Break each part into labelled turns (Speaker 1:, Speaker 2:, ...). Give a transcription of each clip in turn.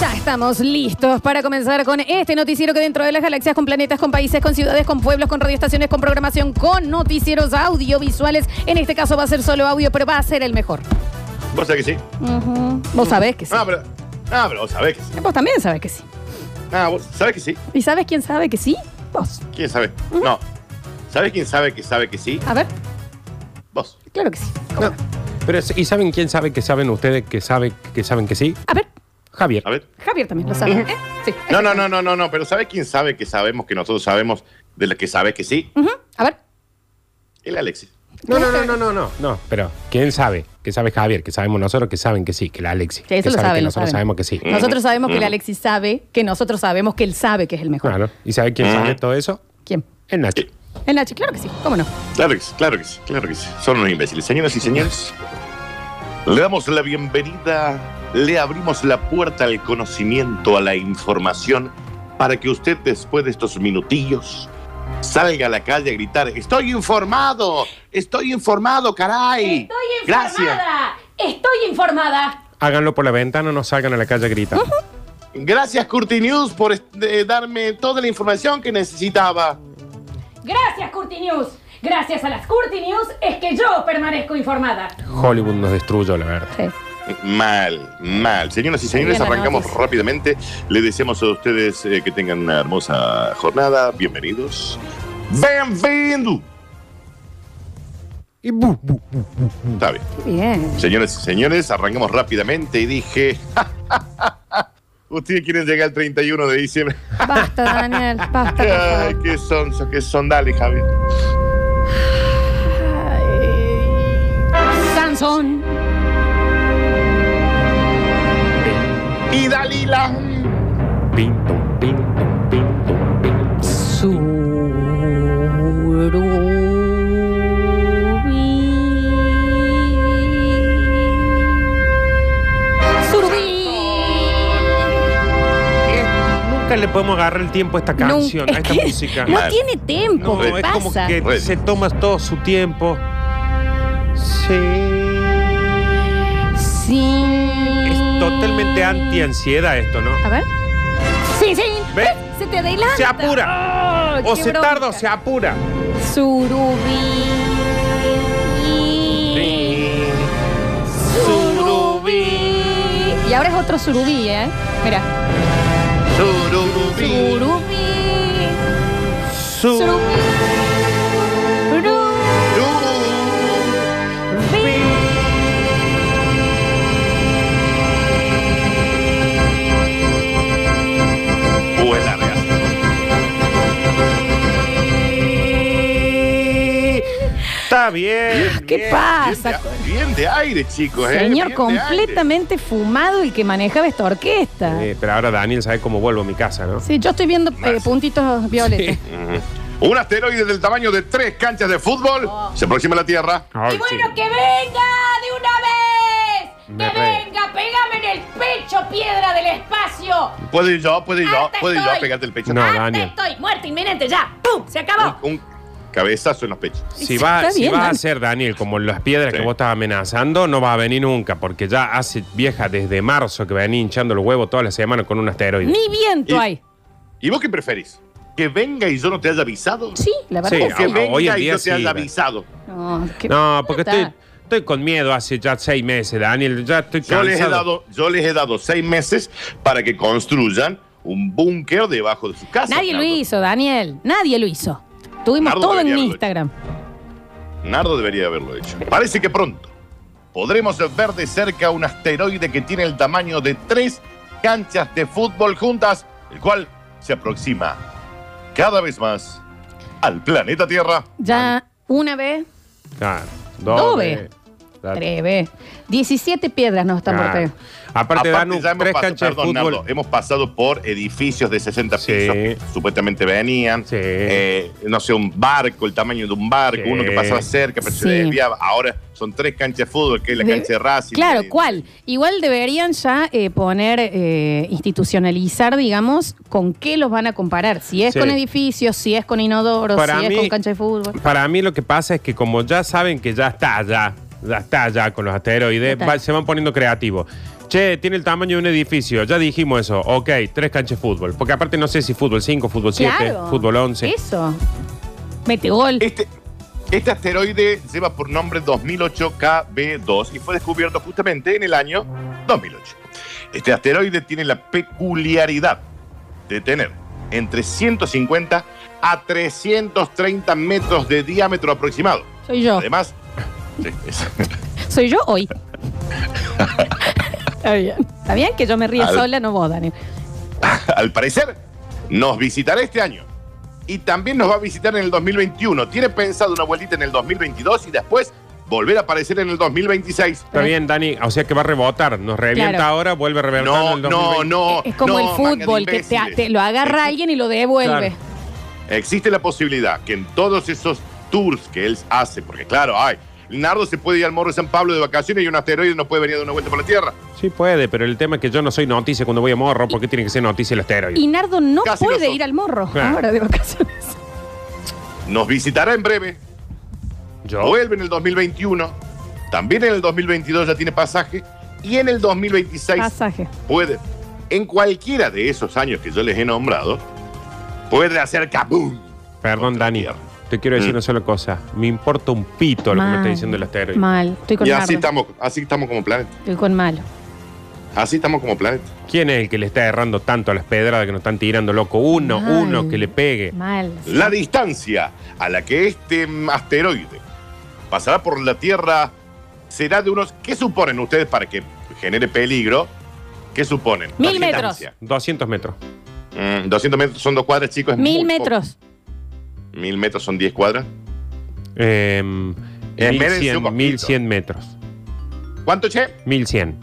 Speaker 1: Ya estamos listos para comenzar con este noticiero que dentro de las galaxias, con planetas, con países, con ciudades, con pueblos, con radioestaciones, con programación, con noticieros audiovisuales. En este caso va a ser solo audio, pero va a ser el mejor.
Speaker 2: Vos sabés que sí.
Speaker 1: Vos sabés que sí.
Speaker 2: Ah, pero, ah, pero vos sabés que sí.
Speaker 1: Vos también sabés que sí.
Speaker 2: Ah, vos sabés que sí.
Speaker 1: ¿Y sabes quién sabe que sí? Vos.
Speaker 2: ¿Quién sabe? No. ¿Sabés quién sabe que sabe que sí?
Speaker 1: A ver,
Speaker 2: Vos.
Speaker 1: claro que sí.
Speaker 3: No. Pero, es- ¿Y saben quién sabe que saben ustedes que sabe que saben que sí?
Speaker 1: A ver,
Speaker 3: Javier.
Speaker 2: A ver.
Speaker 1: Javier también lo sabe. ¿eh? Sí.
Speaker 2: No, no, no, no, no, no. Pero ¿sabés quién sabe que sabemos que nosotros sabemos de la que sabe que sí?
Speaker 1: Ujú, A ver.
Speaker 2: El Alexis.
Speaker 3: No, no, no, no, no, no. No, pero ¿quién sabe? Que sabe Javier, que sabemos nosotros que saben que sí, que la Alexi.
Speaker 1: Sí, eso lo
Speaker 3: sabe
Speaker 1: saben,
Speaker 3: que
Speaker 1: lo
Speaker 3: nosotros
Speaker 1: saben.
Speaker 3: sabemos que sí.
Speaker 1: Nosotros sabemos que el Alexis sabe que nosotros sabemos que él sabe que es el mejor.
Speaker 3: Claro. ¿Y sabe quién
Speaker 2: Mm.
Speaker 3: sabe todo eso?
Speaker 1: ¿Quién?
Speaker 3: El Nacho.
Speaker 2: Sí.
Speaker 1: El Nachi, claro que sí. ¿Cómo no?
Speaker 2: Claro que sí, claro que sí, claro que sí. Son unos imbéciles. Señoras y señores, le damos la bienvenida, le abrimos la puerta al conocimiento, a la información, para que usted después de estos minutillos salga a la calle a gritar, estoy informado, estoy informado, caray. Gracias.
Speaker 1: Estoy informada.
Speaker 3: Háganlo por la ventana, no salgan a la calle a gritar.
Speaker 2: Gracias, Curti News, por eh, darme toda la información que necesitaba.
Speaker 4: Gracias, Curti News. Gracias a las Curti News es que yo permanezco informada.
Speaker 3: Hollywood nos destruyó, la verdad.
Speaker 1: Sí.
Speaker 2: Mal, mal. Señoras y señores,
Speaker 1: Bien, la
Speaker 2: arrancamos
Speaker 1: noticia.
Speaker 2: rápidamente. Les deseamos a ustedes eh, que tengan una hermosa jornada. Bienvenidos. Bienvenido.
Speaker 3: Y bu, bu, bu.
Speaker 2: Está bien.
Speaker 1: Bien.
Speaker 2: Señoras y señores, arrancamos rápidamente y dije... Ustedes quieren llegar al 31 de diciembre.
Speaker 1: Basta, Daniel. Basta. por
Speaker 2: Ay,
Speaker 1: favor.
Speaker 2: qué sonso, qué son. Dale, Javier.
Speaker 1: Ay. Sansón.
Speaker 2: Y Dalila.
Speaker 3: Pin, tum, pin, tum, pin, tum, pin.
Speaker 1: Surubí.
Speaker 3: Eh, Nunca le podemos agarrar el tiempo a esta canción,
Speaker 1: Nunca-
Speaker 3: a esta
Speaker 1: es que
Speaker 3: música.
Speaker 1: No
Speaker 2: Mal.
Speaker 1: tiene tiempo.
Speaker 3: No,
Speaker 1: ¿Qué
Speaker 3: es
Speaker 1: pasa?
Speaker 3: como que
Speaker 2: Ready.
Speaker 3: se toma todo su tiempo. Sí.
Speaker 1: Sí.
Speaker 3: Es totalmente anti-ansiedad esto, ¿no?
Speaker 1: A ver. Sí, sí.
Speaker 3: ¿Ves?
Speaker 1: Se te adelanta.
Speaker 3: Se apura.
Speaker 1: Ay,
Speaker 3: O
Speaker 1: qué
Speaker 3: se
Speaker 1: bronca.
Speaker 3: tarda o se apura.
Speaker 1: Surubí. Surubí. Y ahora es otro surubí, ¿eh? Mira.
Speaker 2: Surubí.
Speaker 1: Surubí.
Speaker 3: Su-
Speaker 1: Surubí.
Speaker 2: Buena real.
Speaker 3: Está bien.
Speaker 1: Ah, ¿Qué
Speaker 3: bien.
Speaker 1: pasa?
Speaker 2: Bien de- Bien de aire, chicos. ¿eh? Bien
Speaker 1: Señor
Speaker 2: de
Speaker 1: completamente fumado el que manejaba esta orquesta.
Speaker 3: Eh, pero ahora Daniel sabe cómo vuelvo a mi casa, ¿no?
Speaker 1: Sí, yo estoy viendo eh, puntitos violetas.
Speaker 2: aire. Un asteroide del tamaño de tres canchas de fútbol se aproxima a la Tierra.
Speaker 3: Ay,
Speaker 4: Y bueno,
Speaker 3: sí.
Speaker 4: que venga de una
Speaker 3: Me
Speaker 4: vez. Que
Speaker 3: re-
Speaker 4: venga, pégame en el pecho, piedra del espacio.
Speaker 2: Puede ir yo, puede ir yo,
Speaker 4: Harta
Speaker 2: puede ir yo,
Speaker 4: estoy.
Speaker 2: pegarte el pecho.
Speaker 3: No,
Speaker 4: Harta
Speaker 3: Daniel.
Speaker 4: Estoy muerta inminente ya. ¡Pum! Se acabó.
Speaker 2: Un, un cabezazo en los pechos.
Speaker 3: Si va,
Speaker 1: Está
Speaker 3: si
Speaker 1: bien,
Speaker 3: va a
Speaker 1: Dani.
Speaker 3: ser Daniel como las piedras
Speaker 2: Sí.
Speaker 3: que vos estás amenazando, no va a venir nunca, porque ya hace vieja desde marzo que venía hinchando los huevos toda la semana con un asteroide.
Speaker 1: Ni viento
Speaker 2: Y-
Speaker 1: hay.
Speaker 2: ¿Y vos qué preferís? ¿Que venga y yo no te haya avisado?
Speaker 1: Sí, la verdad
Speaker 3: Sí,
Speaker 1: que
Speaker 2: Que
Speaker 1: sí.
Speaker 3: ahora-
Speaker 2: venga
Speaker 3: hoy en
Speaker 2: y
Speaker 3: día
Speaker 2: yo
Speaker 3: sí,
Speaker 2: te haya
Speaker 3: va.
Speaker 2: avisado.
Speaker 1: No, qué-
Speaker 3: No, porque
Speaker 1: está.
Speaker 3: estoy, estoy con miedo hace ya seis meses, Daniel. Ya estoy
Speaker 2: Yo les, he
Speaker 3: cansado.
Speaker 2: dado, yo les he dado seis meses para que construyan un búnker debajo de su casa.
Speaker 1: Nadie lo
Speaker 2: Nardo.
Speaker 1: hizo, Daniel. Nadie lo hizo. Tuvimos
Speaker 2: Nardo
Speaker 1: todo en
Speaker 2: debería haberlo
Speaker 1: Instagram.
Speaker 2: Nardo debería haberlo hecho. Parece que pronto podremos ver de cerca un asteroide que tiene el tamaño de tres canchas de fútbol juntas, el cual se aproxima cada vez más al planeta Tierra.
Speaker 1: Ya una vez,
Speaker 3: Claro,
Speaker 1: Doble.
Speaker 3: doble.
Speaker 1: tres veces. 17 piedras nos están por
Speaker 3: Claro.
Speaker 1: pegar.
Speaker 3: Aparte, Danu,
Speaker 2: ya hemos
Speaker 3: tres
Speaker 2: pasado-
Speaker 3: canchas de
Speaker 2: perdón,
Speaker 3: fútbol.
Speaker 2: Nardo, hemos pasado por edificios de 60
Speaker 3: Sí.
Speaker 2: pisos que supuestamente venían.
Speaker 3: Sí.
Speaker 2: Eh, no sé, un barco, el tamaño de un barco,
Speaker 3: Sí.
Speaker 2: uno que pasaba cerca, pero
Speaker 1: Sí.
Speaker 2: se desviaba. Ahora son tres canchas de fútbol, que es la
Speaker 1: De-
Speaker 2: cancha de Racing.
Speaker 1: Claro,
Speaker 2: eh,
Speaker 1: ¿cuál? Igual deberían ya eh, poner, eh, institucionalizar, digamos, con qué los van a comparar. Si es
Speaker 3: Sí.
Speaker 1: con edificios, si es con inodoros,
Speaker 3: Para
Speaker 1: si
Speaker 3: mí-
Speaker 1: es con cancha de fútbol.
Speaker 3: Para mí lo que pasa es que como ya saben que ya está allá, ya está allá con los asteroides,
Speaker 1: Total.
Speaker 3: va- se van poniendo creativos. Che, tiene el tamaño de un edificio, ya dijimos eso. Ok, tres canchas de fútbol. Porque aparte no sé si fútbol 5, fútbol 7,
Speaker 1: Claro.
Speaker 3: fútbol Eh. 11.
Speaker 1: Eso. Mete gol.
Speaker 2: Este, este asteroide lleva por nombre 2008 KB2 y fue descubierto justamente en el año 2008. Este asteroide tiene la peculiaridad de tener entre 150 a 330 metros de diámetro aproximado.
Speaker 1: Soy yo.
Speaker 2: Además, sí, es-
Speaker 1: Soy yo hoy. Está bien. Está bien que yo me río
Speaker 2: Al-
Speaker 1: sola, no vos, Dani.
Speaker 2: al parecer, nos visitará este año. Y también nos va a visitar en el 2021. Tiene pensado una vueltita en el 2022 y después volver a aparecer en el 2026.
Speaker 3: Está bien, Dani. O sea que va a rebotar. Nos revienta
Speaker 1: Claro.
Speaker 3: ahora, vuelve a reventar.
Speaker 2: No,
Speaker 3: en el
Speaker 2: no,
Speaker 3: 2020.
Speaker 2: no.
Speaker 1: es como
Speaker 2: no,
Speaker 1: el
Speaker 2: manga de
Speaker 1: fútbol, que te,
Speaker 2: imbéciles.
Speaker 1: te lo agarra alguien y lo devuelve.
Speaker 3: Claro.
Speaker 2: Existe la posibilidad que en todos esos tours que él hace, porque claro, ay, Leonardo se puede ir al Morro de San Pablo de vacaciones y un asteroide no puede venir de una vuelta por la Tierra.
Speaker 3: Sí puede, pero el tema es que yo no soy noticia cuando voy a Morro. ¿Por qué tiene que ser noticia el asteroide?
Speaker 1: Y Nardo no
Speaker 2: Casi
Speaker 1: puede
Speaker 2: lo sos.
Speaker 1: ir al morro
Speaker 3: Claro.
Speaker 1: ahora de vacaciones.
Speaker 2: Nos visitará en breve,
Speaker 3: Yo.
Speaker 2: vuelve en el 2021, también en el 2022 ya tiene pasaje y en el 2026
Speaker 1: Pasaje.
Speaker 2: puede, en cualquiera de esos años que yo les he nombrado, puede hacer kaboom.
Speaker 3: Perdón,
Speaker 2: Otra
Speaker 3: Dani.
Speaker 2: tierra.
Speaker 3: Te quiero decir
Speaker 2: Mm.
Speaker 3: una sola cosa. Me importa un pito lo que me está diciendo el asteroide.
Speaker 1: Mal. Estoy con
Speaker 2: Y
Speaker 1: Nardo.
Speaker 2: así estamos, así estamos como planeta.
Speaker 1: Estoy con malo.
Speaker 2: Así estamos como planeta.
Speaker 3: ¿Quién es el que le está errando tanto a las pedradas que nos están tirando, loco? Uno,
Speaker 1: Mal.
Speaker 3: uno que le pegue.
Speaker 1: Mal.
Speaker 2: La distancia a la que este mm, asteroide pasará por la Tierra será de unos. ¿Qué suponen ustedes para que genere peligro? ¿Qué suponen?
Speaker 1: Mil
Speaker 2: La
Speaker 1: metros.
Speaker 2: distancia.
Speaker 3: 200 metros.
Speaker 2: Mm, 200 metros son dos cuadras, chicos. es
Speaker 1: Mil
Speaker 2: muy poco.
Speaker 1: metros.
Speaker 2: Mil metros son 10 cuadras.
Speaker 3: Eh,
Speaker 2: Eh, merece un
Speaker 3: 1100,
Speaker 2: poquito.
Speaker 3: 1100 metros.
Speaker 2: ¿Cuánto, che?
Speaker 3: 1100,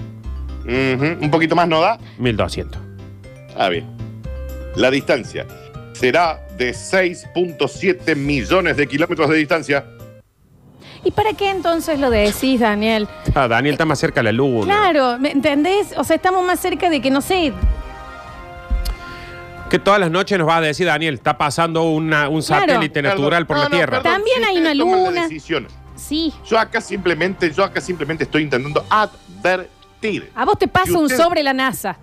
Speaker 2: Ujú, Un poquito más no da.
Speaker 3: 1200.
Speaker 2: Ah, bien. La distancia será de 6.7 millones de kilómetros de distancia.
Speaker 1: ¿Y para qué entonces lo decís, Daniel?
Speaker 3: Ah, Daniel está más cerca de la luna.
Speaker 1: Claro, ¿me entendés? O sea, estamos más cerca de que, no sé,
Speaker 3: Que todas las noches nos va a decir, Daniel, está pasando una- un
Speaker 1: Claro.
Speaker 3: satélite natural por
Speaker 2: Perdón.
Speaker 3: la
Speaker 2: No, no,
Speaker 3: Tierra.
Speaker 2: perdón,
Speaker 1: También
Speaker 2: si
Speaker 1: hay
Speaker 2: ustedes
Speaker 1: una
Speaker 2: toman la
Speaker 1: luna.
Speaker 2: decisión.
Speaker 1: sí.
Speaker 2: Yo acá simplemente, yo acá simplemente estoy intentando advertir.
Speaker 1: A vos te
Speaker 2: ¿Y
Speaker 1: pasa un
Speaker 2: usted?
Speaker 1: sobre la NASA.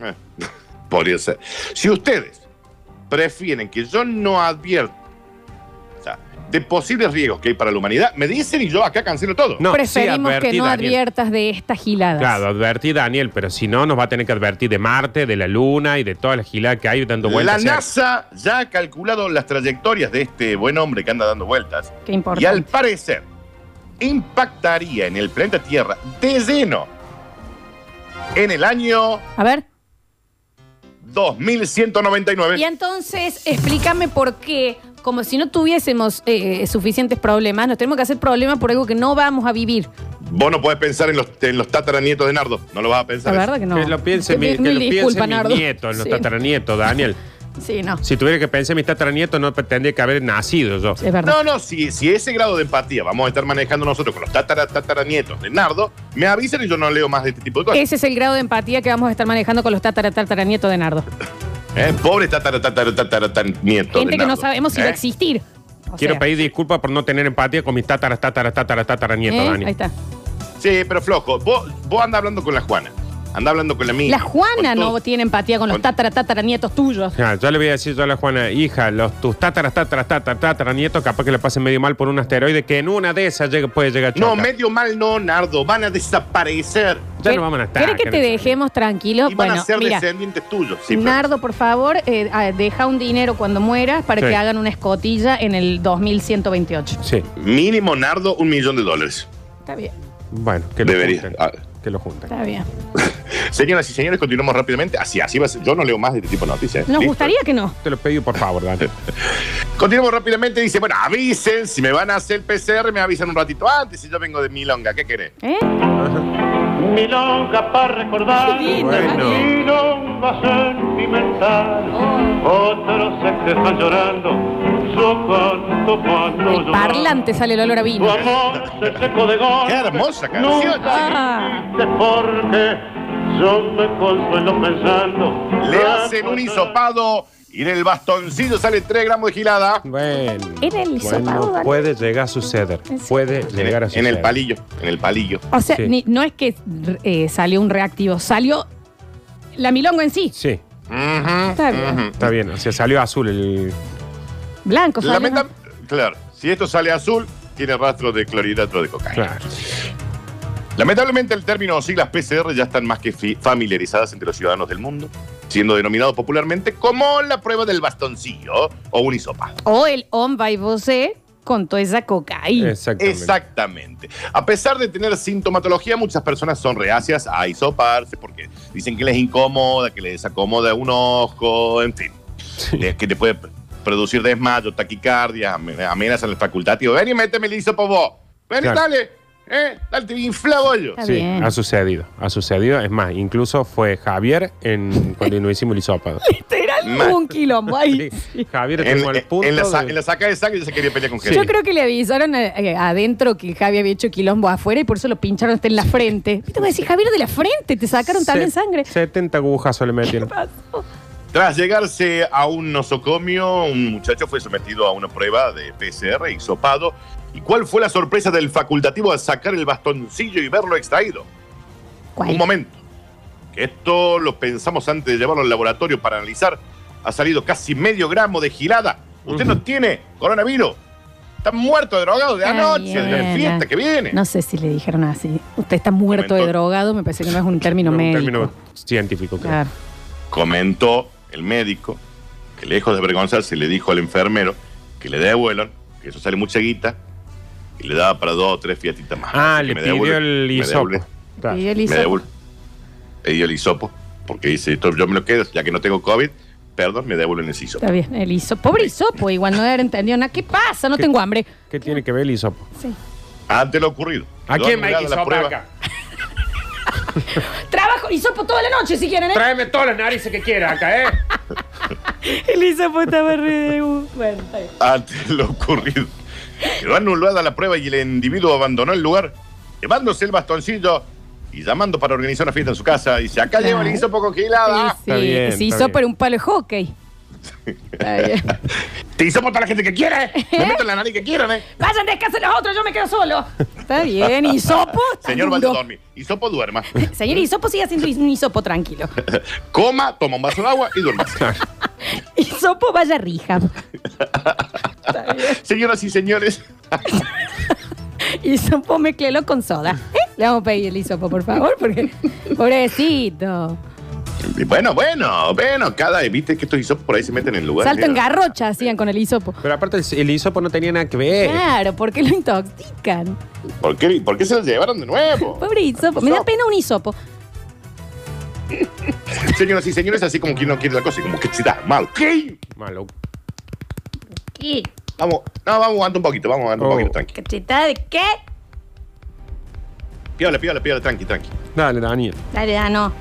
Speaker 2: Eh, Podría ser. Si ustedes prefieren que yo no advierta o sea, de posibles riesgos que hay para la humanidad, me dicen y yo acá cancelo todo.
Speaker 3: No, sí,
Speaker 1: Preferimos que
Speaker 3: advertí,
Speaker 1: no
Speaker 3: Daniel.
Speaker 1: adviertas de estas giladas.
Speaker 3: Claro, advertí Daniel, pero si no, nos va a tener que advertir de Marte, de la Luna y de todas las giladas que hay dando
Speaker 2: La
Speaker 3: vueltas. cerca.
Speaker 2: NASA ya ha calculado las trayectorias de este buen hombre que anda dando vueltas.
Speaker 1: Qué importante.
Speaker 2: Y al parecer, impactaría en el planeta Tierra de lleno en el año
Speaker 1: A ver.
Speaker 2: 2199.
Speaker 1: Y entonces, explícame por qué, como si no tuviésemos eh, suficientes problemas, nos tenemos que hacer problemas por algo que no vamos a vivir.
Speaker 2: Vos no podés pensar en los, en los tataranietos de Nardo. No lo vas a
Speaker 1: La
Speaker 2: pensar. eso.
Speaker 1: verdad que no.
Speaker 3: Que lo piense, mi,
Speaker 1: Mil-
Speaker 3: que
Speaker 1: mil
Speaker 3: lo piense
Speaker 1: disculpas,
Speaker 3: mi
Speaker 1: Nardo.
Speaker 3: nieto, en los
Speaker 1: Sí.
Speaker 3: tataranietos, Daniel.
Speaker 1: Sí, no.
Speaker 3: Si tuviera que pensar en mis tataranietos, no tendría que haber nacido yo.
Speaker 1: Es verdad.
Speaker 2: No, no, si, si ese grado de empatía vamos a estar manejando nosotros con los tatara, tataranietos de Nardo, me avisan y yo no leo más de este tipo de cosas.
Speaker 1: Ese es el grado de empatía que vamos a estar manejando con los tatara tataranietos de Nardo.
Speaker 2: Eh, Pobre tatara, tatara, tatara, tan- nieto
Speaker 1: Gente que
Speaker 2: de
Speaker 1: no
Speaker 2: Nardo.
Speaker 1: sabemos si va a
Speaker 2: Eh,
Speaker 1: existir. O
Speaker 3: Quiero
Speaker 1: sea,
Speaker 3: pedir disculpas por no tener empatía con mis tataras, tataras, tataras, tataranietos,
Speaker 1: ¿eh? Ahí
Speaker 3: Daniel.
Speaker 1: está.
Speaker 2: Sí, pero flojo. Vos, vos anda hablando con la Juana. Anda hablando con la mía.
Speaker 1: La Juana
Speaker 2: con todo.
Speaker 1: no tiene empatía con los
Speaker 2: Con-
Speaker 1: tatara tataranietos tuyos.
Speaker 3: Ah, yo le voy a decir yo a la Juana, hija, los, tus tataras, tataras, tataras, tataranietos, capaz que le pasen medio mal por un asteroide que en una de esas llega- puede llegar a
Speaker 2: No, medio mal no, Nardo. Van a desaparecer.
Speaker 3: Ya no vamos a estar.
Speaker 1: ¿Querés que te dejemos tranquilo?
Speaker 2: Y van
Speaker 1: Bueno,
Speaker 2: a ser
Speaker 1: mira.
Speaker 2: descendientes tuyos. Sí, Flor.
Speaker 1: Nardo, por favor, eh, ah, deja un dinero cuando mueras para
Speaker 3: Sí.
Speaker 1: que hagan una escotilla en el 2128.
Speaker 3: Sí,
Speaker 2: Mínimo, Nardo, un millón de dólares.
Speaker 1: Está bien,
Speaker 3: bueno, que lo
Speaker 2: Debería.
Speaker 3: junten.
Speaker 2: Ah.
Speaker 3: Que lo junten.
Speaker 1: está bien.
Speaker 2: Señoras y señores, continuamos rápidamente. Así, así va a ser. Yo no leo más de este tipo de noticias.
Speaker 1: Nos
Speaker 2: ¿Listo?
Speaker 1: gustaría que no.
Speaker 3: Te lo pedí, por favor, Daniel.
Speaker 2: Continuamos rápidamente. Dice, bueno, avisen. Si me van a hacer PCR, me avisan un ratito antes. Si yo vengo de Milonga, ¿qué querés?
Speaker 1: ¿eh?
Speaker 5: Milonga para recordar,
Speaker 1: Lindo,
Speaker 3: Bueno.
Speaker 1: Javier.
Speaker 5: milonga sentimental.
Speaker 1: Oh.
Speaker 5: Otros se están llorando, su canto cuando
Speaker 1: El
Speaker 5: lloró.
Speaker 1: parlante sale el olor a
Speaker 5: Tu
Speaker 1: vino.
Speaker 5: amor se secó de golpe.
Speaker 2: Qué hermosa canción.
Speaker 1: Ah.
Speaker 5: Nunca quisiste porque yo me consuelo pensando.
Speaker 2: Le hacen un hisopado y del bastoncillo salen 3 gramos de gilada.
Speaker 3: Bueno.
Speaker 1: Era el hisopado, Daniel.
Speaker 3: puede llegar a suceder. Puede
Speaker 2: En,
Speaker 3: llegar a
Speaker 2: en
Speaker 3: suceder.
Speaker 2: el palillo, en el palillo.
Speaker 1: O sea,
Speaker 3: Sí.
Speaker 1: ni- no es que eh, salió un reactivo, salió la milonga en sí.
Speaker 3: Sí,
Speaker 2: Ujú,
Speaker 1: Está bien.
Speaker 2: Ah, ujú.
Speaker 3: está bien. O sea, salió azul el.
Speaker 1: Blanco, salió,
Speaker 2: Lamenta-
Speaker 1: ¿no?
Speaker 2: claro, si esto sale azul, tiene rastro de clorhidrato de cocaína.
Speaker 3: Claro.
Speaker 2: Lamentablemente el término siglas PCR ya están más que fi- familiarizadas entre los ciudadanos del mundo, siendo denominado popularmente como la prueba del bastoncillo o un hisopado.
Speaker 1: O el hombre y vosé con toda esa cocaína.
Speaker 3: Exactamente.
Speaker 2: Exactamente. A pesar de tener sintomatología, muchas personas son reacias a hisoparse porque dicen que les incomoda, que les desacomoda un ojo, en fin. Eh, Que te puede p- producir desmayo, taquicardia, ame- amenazan el facultativo. Ven y méteme el hisopo vos. Ven
Speaker 3: Claro.
Speaker 2: y dale. Eh, dale, te infla bollo.
Speaker 1: Está
Speaker 3: Sí,
Speaker 1: bien.
Speaker 3: ha sucedido, ha sucedido. Es más, incluso fue Javier en cuando nos hicimos el hisopado.
Speaker 1: Literal, un quilombo ahí.
Speaker 3: Sí, Javier
Speaker 2: En,
Speaker 3: estuvo al
Speaker 2: en-
Speaker 3: Este punto.
Speaker 2: en la, sa-
Speaker 3: de-
Speaker 2: en la saca de sangre ya se quería pelear con
Speaker 3: Sí.
Speaker 2: gente.
Speaker 1: Yo creo que le avisaron eh, eh, adentro que Javi había hecho quilombo afuera y por eso lo pincharon hasta en la frente. ¿Viste? Voy a decir, Javier de la frente, te sacaron también
Speaker 3: Se-
Speaker 1: sangre.
Speaker 3: 70 agujas le metieron.
Speaker 2: Tras llegarse a un nosocomio, un muchacho fue sometido a una prueba de PCR hisopado. ¿Y cuál fue la sorpresa del facultativo al sacar el bastoncillo y verlo extraído?
Speaker 1: ¿Cuál?
Speaker 2: Un momento. Que esto lo pensamos antes de llevarlo al laboratorio para analizar. Ha salido casi medio gramo de gilada. Usted no tiene coronavirus. Está muerto, drogado de
Speaker 1: Está
Speaker 2: anoche, de
Speaker 1: bien.
Speaker 2: la fiesta que viene.
Speaker 1: No sé si le dijeron así. Usted está muerto de
Speaker 2: Momento.
Speaker 1: drogado, me parece que no es un término
Speaker 3: Un
Speaker 1: médico.
Speaker 3: término científico, creo.
Speaker 1: Claro.
Speaker 2: Comentó el médico que lejos de avergonzarse le dijo al enfermero que le devuelvan, que eso sale mucha guita, y le daba para dos o tres fiatitas más.
Speaker 3: Ah,
Speaker 2: Así que
Speaker 3: le
Speaker 2: me
Speaker 3: pidió
Speaker 2: devuelve,
Speaker 3: el
Speaker 2: me
Speaker 3: hisopo.
Speaker 2: devuelve,
Speaker 3: Claro.
Speaker 1: Y él
Speaker 2: Me
Speaker 1: hizo-
Speaker 2: devuelve. Le dio el hisopo, porque dice, esto yo me lo quedo, ya que no tengo COVID, perdón, me devuelven el hisopo.
Speaker 1: Está bien, el hizo. Pobre hisopo, igual no haber entendido nada. ¿Qué pasa? No
Speaker 3: ¿Qué-
Speaker 1: tengo hambre.
Speaker 3: ¿Qué tiene que ver el hisopo?
Speaker 2: Ante lo ocurrido.
Speaker 3: ¿A
Speaker 2: quedó
Speaker 3: quién me
Speaker 2: anulada la
Speaker 3: hisopar
Speaker 2: prueba.
Speaker 3: acá?
Speaker 4: Trabajo hisopo toda la noche si quieren, ¿eh?
Speaker 3: Tráeme todas las narices que quiera acá, ¿eh?
Speaker 1: El hisopo estaba re. Bueno, está bien.
Speaker 2: Ante lo ocurrido. Quedó anulada la prueba y el individuo abandonó el lugar, llevándose el bastoncillo y llamando para organizar una fiesta en su casa. Dice, acá lleva el
Speaker 1: Claro.
Speaker 2: hisopo con gilada.
Speaker 1: Sí,
Speaker 3: Ah, está
Speaker 1: sí,
Speaker 3: bien,
Speaker 1: se
Speaker 3: está
Speaker 1: hizo
Speaker 3: bien.
Speaker 1: por un palo de hockey. Está bien.
Speaker 2: Te hizo por toda la gente que quiere. Me meto en la nariz que quieran, ¿eh?
Speaker 4: Vayan, descansen los otros, yo me quedo solo.
Speaker 1: Está bien, hisopo. está
Speaker 2: Señor, vaya a
Speaker 1: duro.
Speaker 2: dormir. Hisopo duerma.
Speaker 1: Señor hisopo sigue haciendo un hisopo tranquilo.
Speaker 2: Coma, toma un vaso de agua y duerma.
Speaker 1: Hisopo vaya a rija. Está bien.
Speaker 2: Señoras y señores,
Speaker 1: Hisopo mezclelo con soda. ¿Eh? Le vamos a pedir el hisopo, por favor, porque. Pobrecito.
Speaker 2: bueno, bueno, bueno, cada viste que estos hisopos por ahí se meten en lugares.
Speaker 1: Salto en
Speaker 2: mira.
Speaker 1: garrocha hacían con el hisopo.
Speaker 3: Pero aparte el, el hisopo no tenía nada que ver.
Speaker 1: Claro, porque lo intoxican.
Speaker 2: ¿Por qué, por qué se los llevaron de nuevo?
Speaker 1: Pobre hisopo. Me da
Speaker 2: Hisopo.
Speaker 1: pena un hisopo.
Speaker 2: Señoras y señores, así como quien no quiere la cosa, y como que se da mal. ¿Qué?
Speaker 3: Malo.
Speaker 1: ¿Qué?
Speaker 2: Vamos, no, vamos jugando un poquito, vamos jugando
Speaker 3: Oh.
Speaker 2: un poquito, tranqui.
Speaker 1: ¿Cachetada de qué?
Speaker 2: Piola, piola, piola, tranqui, tranqui.
Speaker 3: Dale, Daniel.
Speaker 1: Dale, ya no.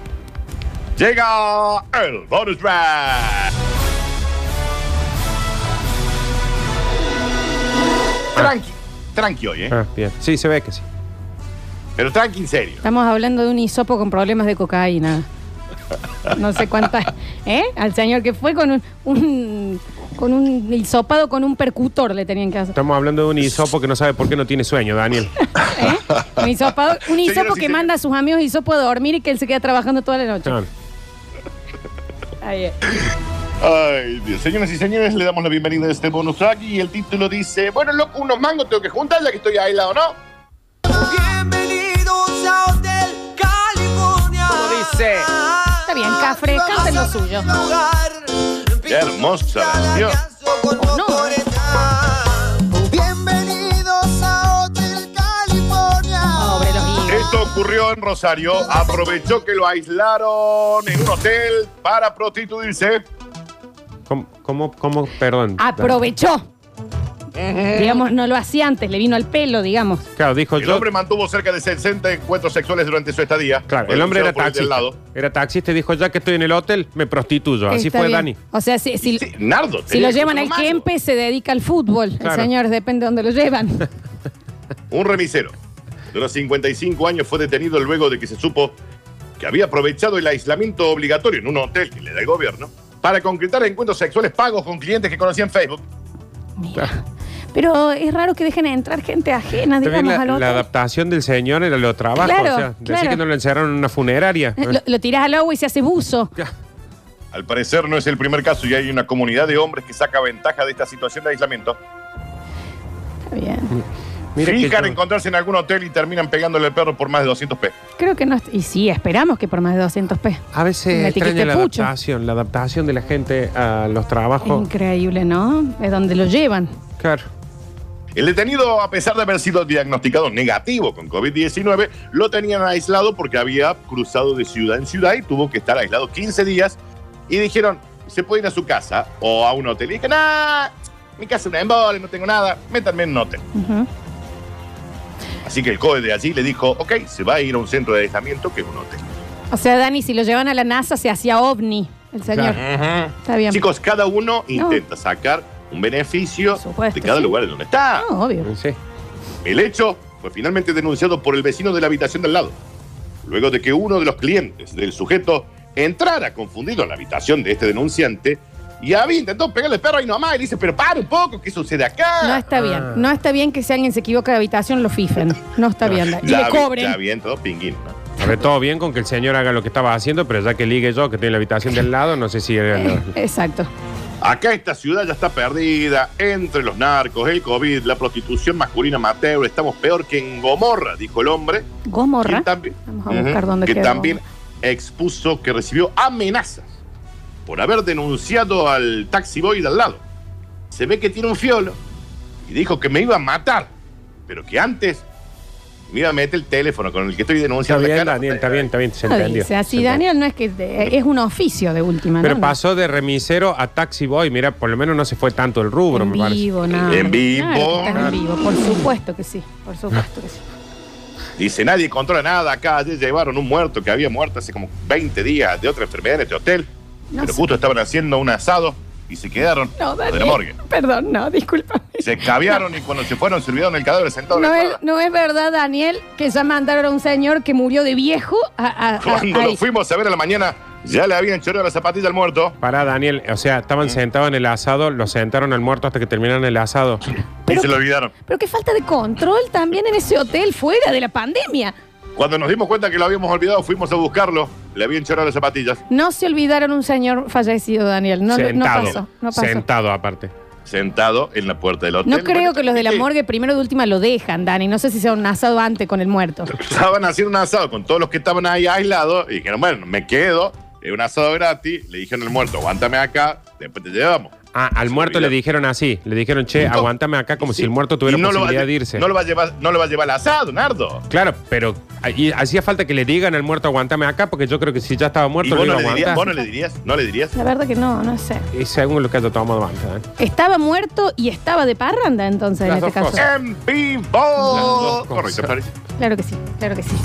Speaker 2: Llega el bonus track. Tranqui, tranqui hoy, ¿eh?
Speaker 3: Ah, bien. Sí, se ve que sí.
Speaker 2: Pero tranqui en serio.
Speaker 1: Estamos hablando de un hisopo con problemas de cocaína. No sé cuántas. ¿Eh? Al señor que fue con un, un- con un hisopado con un percutor le tenían que hacer.
Speaker 3: Estamos hablando de un hisopo que no sabe por qué no tiene sueño, Daniel.
Speaker 1: ¿Eh? Un hisopado, un hisopo
Speaker 2: Señoras y
Speaker 1: que
Speaker 2: señores.
Speaker 1: manda a sus amigos hisopo a dormir y que él se queda trabajando toda la noche.
Speaker 3: Claro.
Speaker 1: Ahí eh. es.
Speaker 2: Ay, Dios. Señoras y señores, le damos la bienvenida a este bonus track y el título dice, bueno, loco, unos mangos tengo que juntar ya que estoy aislado, ¿no?
Speaker 6: Bienvenidos a Hotel California.
Speaker 3: ¿Cómo dice?
Speaker 1: Está bien, Cafre, canten lo suyo.
Speaker 2: Qué hermosa canción.
Speaker 1: Oh, no.
Speaker 6: no. Bienvenidos a Hotel California.
Speaker 1: Pobre los higos.
Speaker 2: Esto ocurrió en Rosario. Aprovechó que lo aislaron en un hotel para prostituirse.
Speaker 3: ¿Cómo, cómo, cómo? Perdón.
Speaker 1: Aprovechó. Digamos, no lo hacía antes, le vino al pelo, digamos.
Speaker 3: Claro, dijo
Speaker 2: El
Speaker 3: Pues yo.
Speaker 2: hombre mantuvo cerca de 60 encuentros sexuales durante su estadía.
Speaker 3: Claro, el hombre era
Speaker 2: Denunciado por del
Speaker 3: taxista.
Speaker 2: lado.
Speaker 3: Era taxista y dijo, ya que estoy en el hotel, me prostituyo. Así
Speaker 1: Está
Speaker 3: fue
Speaker 1: bien.
Speaker 3: Dani.
Speaker 1: O sea, si, si-
Speaker 2: Sí, Nardo.
Speaker 1: si lo
Speaker 2: tenía
Speaker 1: llevan
Speaker 2: que
Speaker 1: al
Speaker 2: ser humano.
Speaker 1: Kempe, se dedica al fútbol.
Speaker 3: Claro.
Speaker 1: El señor, depende de dónde lo llevan.
Speaker 2: Un remisero de unos 55 años fue detenido luego de que se supo que había aprovechado el aislamiento obligatorio en un hotel que le da el gobierno para concretar encuentros sexuales pagos con clientes que conocían en Facebook.
Speaker 1: Mira. Pero es raro que dejen entrar gente ajena,
Speaker 3: También
Speaker 1: digamos,
Speaker 3: la,
Speaker 1: al hotel.
Speaker 3: la adaptación del señor era lo trabajo.
Speaker 1: Claro,
Speaker 3: o sea, decir
Speaker 1: claro. Eh,
Speaker 3: que no lo encerraron en una funeraria.
Speaker 1: Lo, lo tirás al agua y se hace buzo.
Speaker 2: Al parecer no es el primer caso y hay una comunidad de hombres que saca ventaja de esta situación de aislamiento.
Speaker 1: Está bien.
Speaker 3: Mira que
Speaker 2: Fijan
Speaker 3: yo-
Speaker 2: encontrarse en algún hotel y terminan pegándole al perro por más de 200 pesos.
Speaker 1: Creo que no. Y sí, esperamos que por más de 200 pesos.
Speaker 3: A veces
Speaker 1: Me etiqueté
Speaker 3: extraña la
Speaker 1: pucho.
Speaker 3: adaptación, la adaptación de la gente a los trabajos.
Speaker 1: Increíble, ¿no? Es donde lo llevan.
Speaker 3: Claro.
Speaker 2: El detenido, a pesar de haber sido diagnosticado negativo con COVID-19, lo tenían aislado porque había cruzado de ciudad en ciudad y tuvo que estar aislado 15 días. Y dijeron, se puede ir a su casa o a un hotel. Y dije, nah, mi casa es una embole, no tengo nada, métanme en un hotel.
Speaker 1: Ujú.
Speaker 2: Así que el COE de allí le dijo, ok, se va a ir a un centro de aislamiento que es un hotel.
Speaker 1: O sea, Dani, si lo llevan a la NASA, se hacía ovni el señor. Está bien.
Speaker 2: Chicos, cada uno intenta sacar un beneficio
Speaker 1: Por supuesto,
Speaker 2: de cada
Speaker 1: sí.
Speaker 2: lugar en donde está.
Speaker 1: No, obvio.
Speaker 3: Sí.
Speaker 2: El hecho fue finalmente denunciado por el vecino de la habitación del lado, luego de que uno de los clientes del sujeto entrara confundido en la habitación de este denunciante y había intentado pegarle el perro ahí nomás y le dice, pero para un poco, ¿qué sucede
Speaker 1: No
Speaker 2: acá?
Speaker 1: está
Speaker 3: Ah.
Speaker 1: bien. No está bien que si alguien se equivoca de habitación lo fifen. No está bien. Dani. Y
Speaker 2: Ya
Speaker 1: le
Speaker 2: vi- Ya
Speaker 1: cobren.
Speaker 2: bien, todo pinguín. ¿no?
Speaker 3: A ver, todo bien con que el señor haga lo que estaba haciendo, pero ya que ligue yo, que estoy en la habitación del lado, no sé si era lo-
Speaker 1: Exacto.
Speaker 2: Acá esta ciudad ya está perdida entre los narcos, el COVID, la prostitución masculina amateur. Estamos peor que en Gomorra, dijo el hombre.
Speaker 1: Gomorra.
Speaker 2: quien también-
Speaker 1: Vamos a buscar
Speaker 2: Ujú,
Speaker 1: dónde
Speaker 2: que
Speaker 1: queda
Speaker 2: también expuso que recibió amenazas por haber denunciado al taxi boy de al lado. Se ve que tiene un fiolo y dijo que me iba a matar, pero que antes me iba a meter el teléfono con el que estoy
Speaker 3: Está
Speaker 2: denunciando. la
Speaker 3: bien,
Speaker 2: cara.
Speaker 3: Daniel, está bien, está bien, se
Speaker 1: No
Speaker 3: entendió.
Speaker 1: dice así,
Speaker 3: Se entendió.
Speaker 1: Daniel, no es que es un oficio de última.
Speaker 3: Pero
Speaker 1: ¿no?
Speaker 3: pasó de remisero a taxi boy. Mira, por lo menos no se fue tanto el rubro,
Speaker 1: en
Speaker 3: me parece.
Speaker 1: vivo, nada.
Speaker 2: En vivo.
Speaker 1: Claro que estás en vivo, por supuesto que sí. Por supuesto que sí.
Speaker 2: Dice, nadie controla nada acá. Ayer llevaron un muerto que había muerto hace como 20 días de otra enfermedad en este hotel.
Speaker 1: No
Speaker 2: pero
Speaker 1: sé.
Speaker 2: justo estaban haciendo un asado y se quedaron
Speaker 1: No,
Speaker 2: de la morgue.
Speaker 1: Daniel. Perdón, no, disculpa.
Speaker 2: Se caviaron y cuando se fueron se olvidaron el cadáver sentado en la
Speaker 1: No es,
Speaker 2: sala.
Speaker 1: no es verdad, Daniel, que ya mandaron a un señor que murió de viejo a. a- a-
Speaker 2: Cuando
Speaker 1: a-
Speaker 2: lo fuimos a ver a la mañana, ya le habían choreado la zapatilla al muerto.
Speaker 3: Pará, Daniel, o sea,
Speaker 2: Mm.
Speaker 3: estaban sentados en el asado, lo sentaron al muerto hasta que terminaron el asado.
Speaker 2: Y
Speaker 1: Pero-
Speaker 2: se lo olvidaron.
Speaker 1: Pero qué falta de control también en ese hotel fuera de la pandemia.
Speaker 2: Cuando nos dimos cuenta que lo habíamos olvidado, fuimos a buscarlo. Le habían chorado las zapatillas.
Speaker 1: No se olvidaron un señor fallecido, Daniel. No, no
Speaker 3: sentado.
Speaker 1: pasó. No pasó.
Speaker 3: Sentado aparte.
Speaker 2: Sentado en la puerta del hotel.
Speaker 1: No creo
Speaker 2: Bueno,
Speaker 1: que los de la
Speaker 2: ¿qué?
Speaker 1: morgue primero de última lo dejan, Dani. No sé si sea un asado antes con el muerto.
Speaker 2: Estaban haciendo un asado con todos los que estaban ahí aislados. Y dijeron, bueno, me quedo. Es un asado gratis. Le dijeron al muerto, aguántame acá. Después te llevamos.
Speaker 3: Ah, al
Speaker 2: Se
Speaker 3: muerto le
Speaker 2: olvidaron.
Speaker 3: dijeron así. Le dijeron, che,
Speaker 2: No.
Speaker 3: aguántame acá como si
Speaker 2: Sí.
Speaker 3: el muerto tuviera
Speaker 2: Y lo va a
Speaker 3: posibilidad de
Speaker 2: lle-
Speaker 3: irse.
Speaker 2: No lo va a llevar, no lo va a llevar al asado, Nardo.
Speaker 3: Claro, pero ahí hacía falta que le digan al muerto aguántame acá, porque yo creo que si ya estaba
Speaker 2: ¿Y
Speaker 3: muerto lo
Speaker 2: vos
Speaker 3: iba
Speaker 2: no,
Speaker 3: a
Speaker 2: le dirías,
Speaker 3: aguantar.
Speaker 2: vos no le dirías? ¿No le dirías?
Speaker 1: La verdad que no, no sé.
Speaker 3: Y según lo que haya tomado antes. ¿eh?
Speaker 1: Estaba muerto y estaba de parranda entonces
Speaker 3: Las
Speaker 1: en
Speaker 3: dos
Speaker 1: este caso.
Speaker 3: cosas.
Speaker 2: En
Speaker 3: Las
Speaker 2: vivo.
Speaker 3: dos
Speaker 2: Correcto,
Speaker 3: cosas.
Speaker 2: Flores.
Speaker 1: Claro que sí, claro que sí.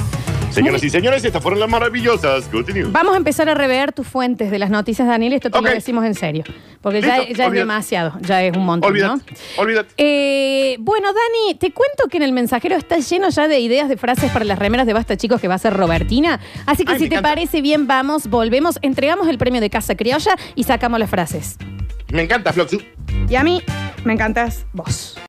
Speaker 2: Señoras y señores, estas fueron las maravillosas Good News.
Speaker 1: Vamos a empezar a rever tus fuentes de las noticias, Daniel. Esto te
Speaker 2: Ok.
Speaker 1: lo decimos en serio. Porque ya,
Speaker 2: Listo,
Speaker 1: ya es
Speaker 2: olvídate.
Speaker 1: demasiado, ya es un montón,
Speaker 2: Olvídate,
Speaker 1: ¿no?
Speaker 2: olvídate.
Speaker 1: Eh, bueno, Dani, te cuento que en el mensajero está lleno ya de ideas de frases para las remeras de Basta Chicos que va a ser Robertina. Así que
Speaker 2: Ay,
Speaker 1: si
Speaker 2: me
Speaker 1: te
Speaker 2: encanta.
Speaker 1: parece bien, vamos, volvemos, entregamos el premio de Casa Criolla y sacamos las frases.
Speaker 2: Me encanta, Floxu.
Speaker 1: Y a mí me encantas vos.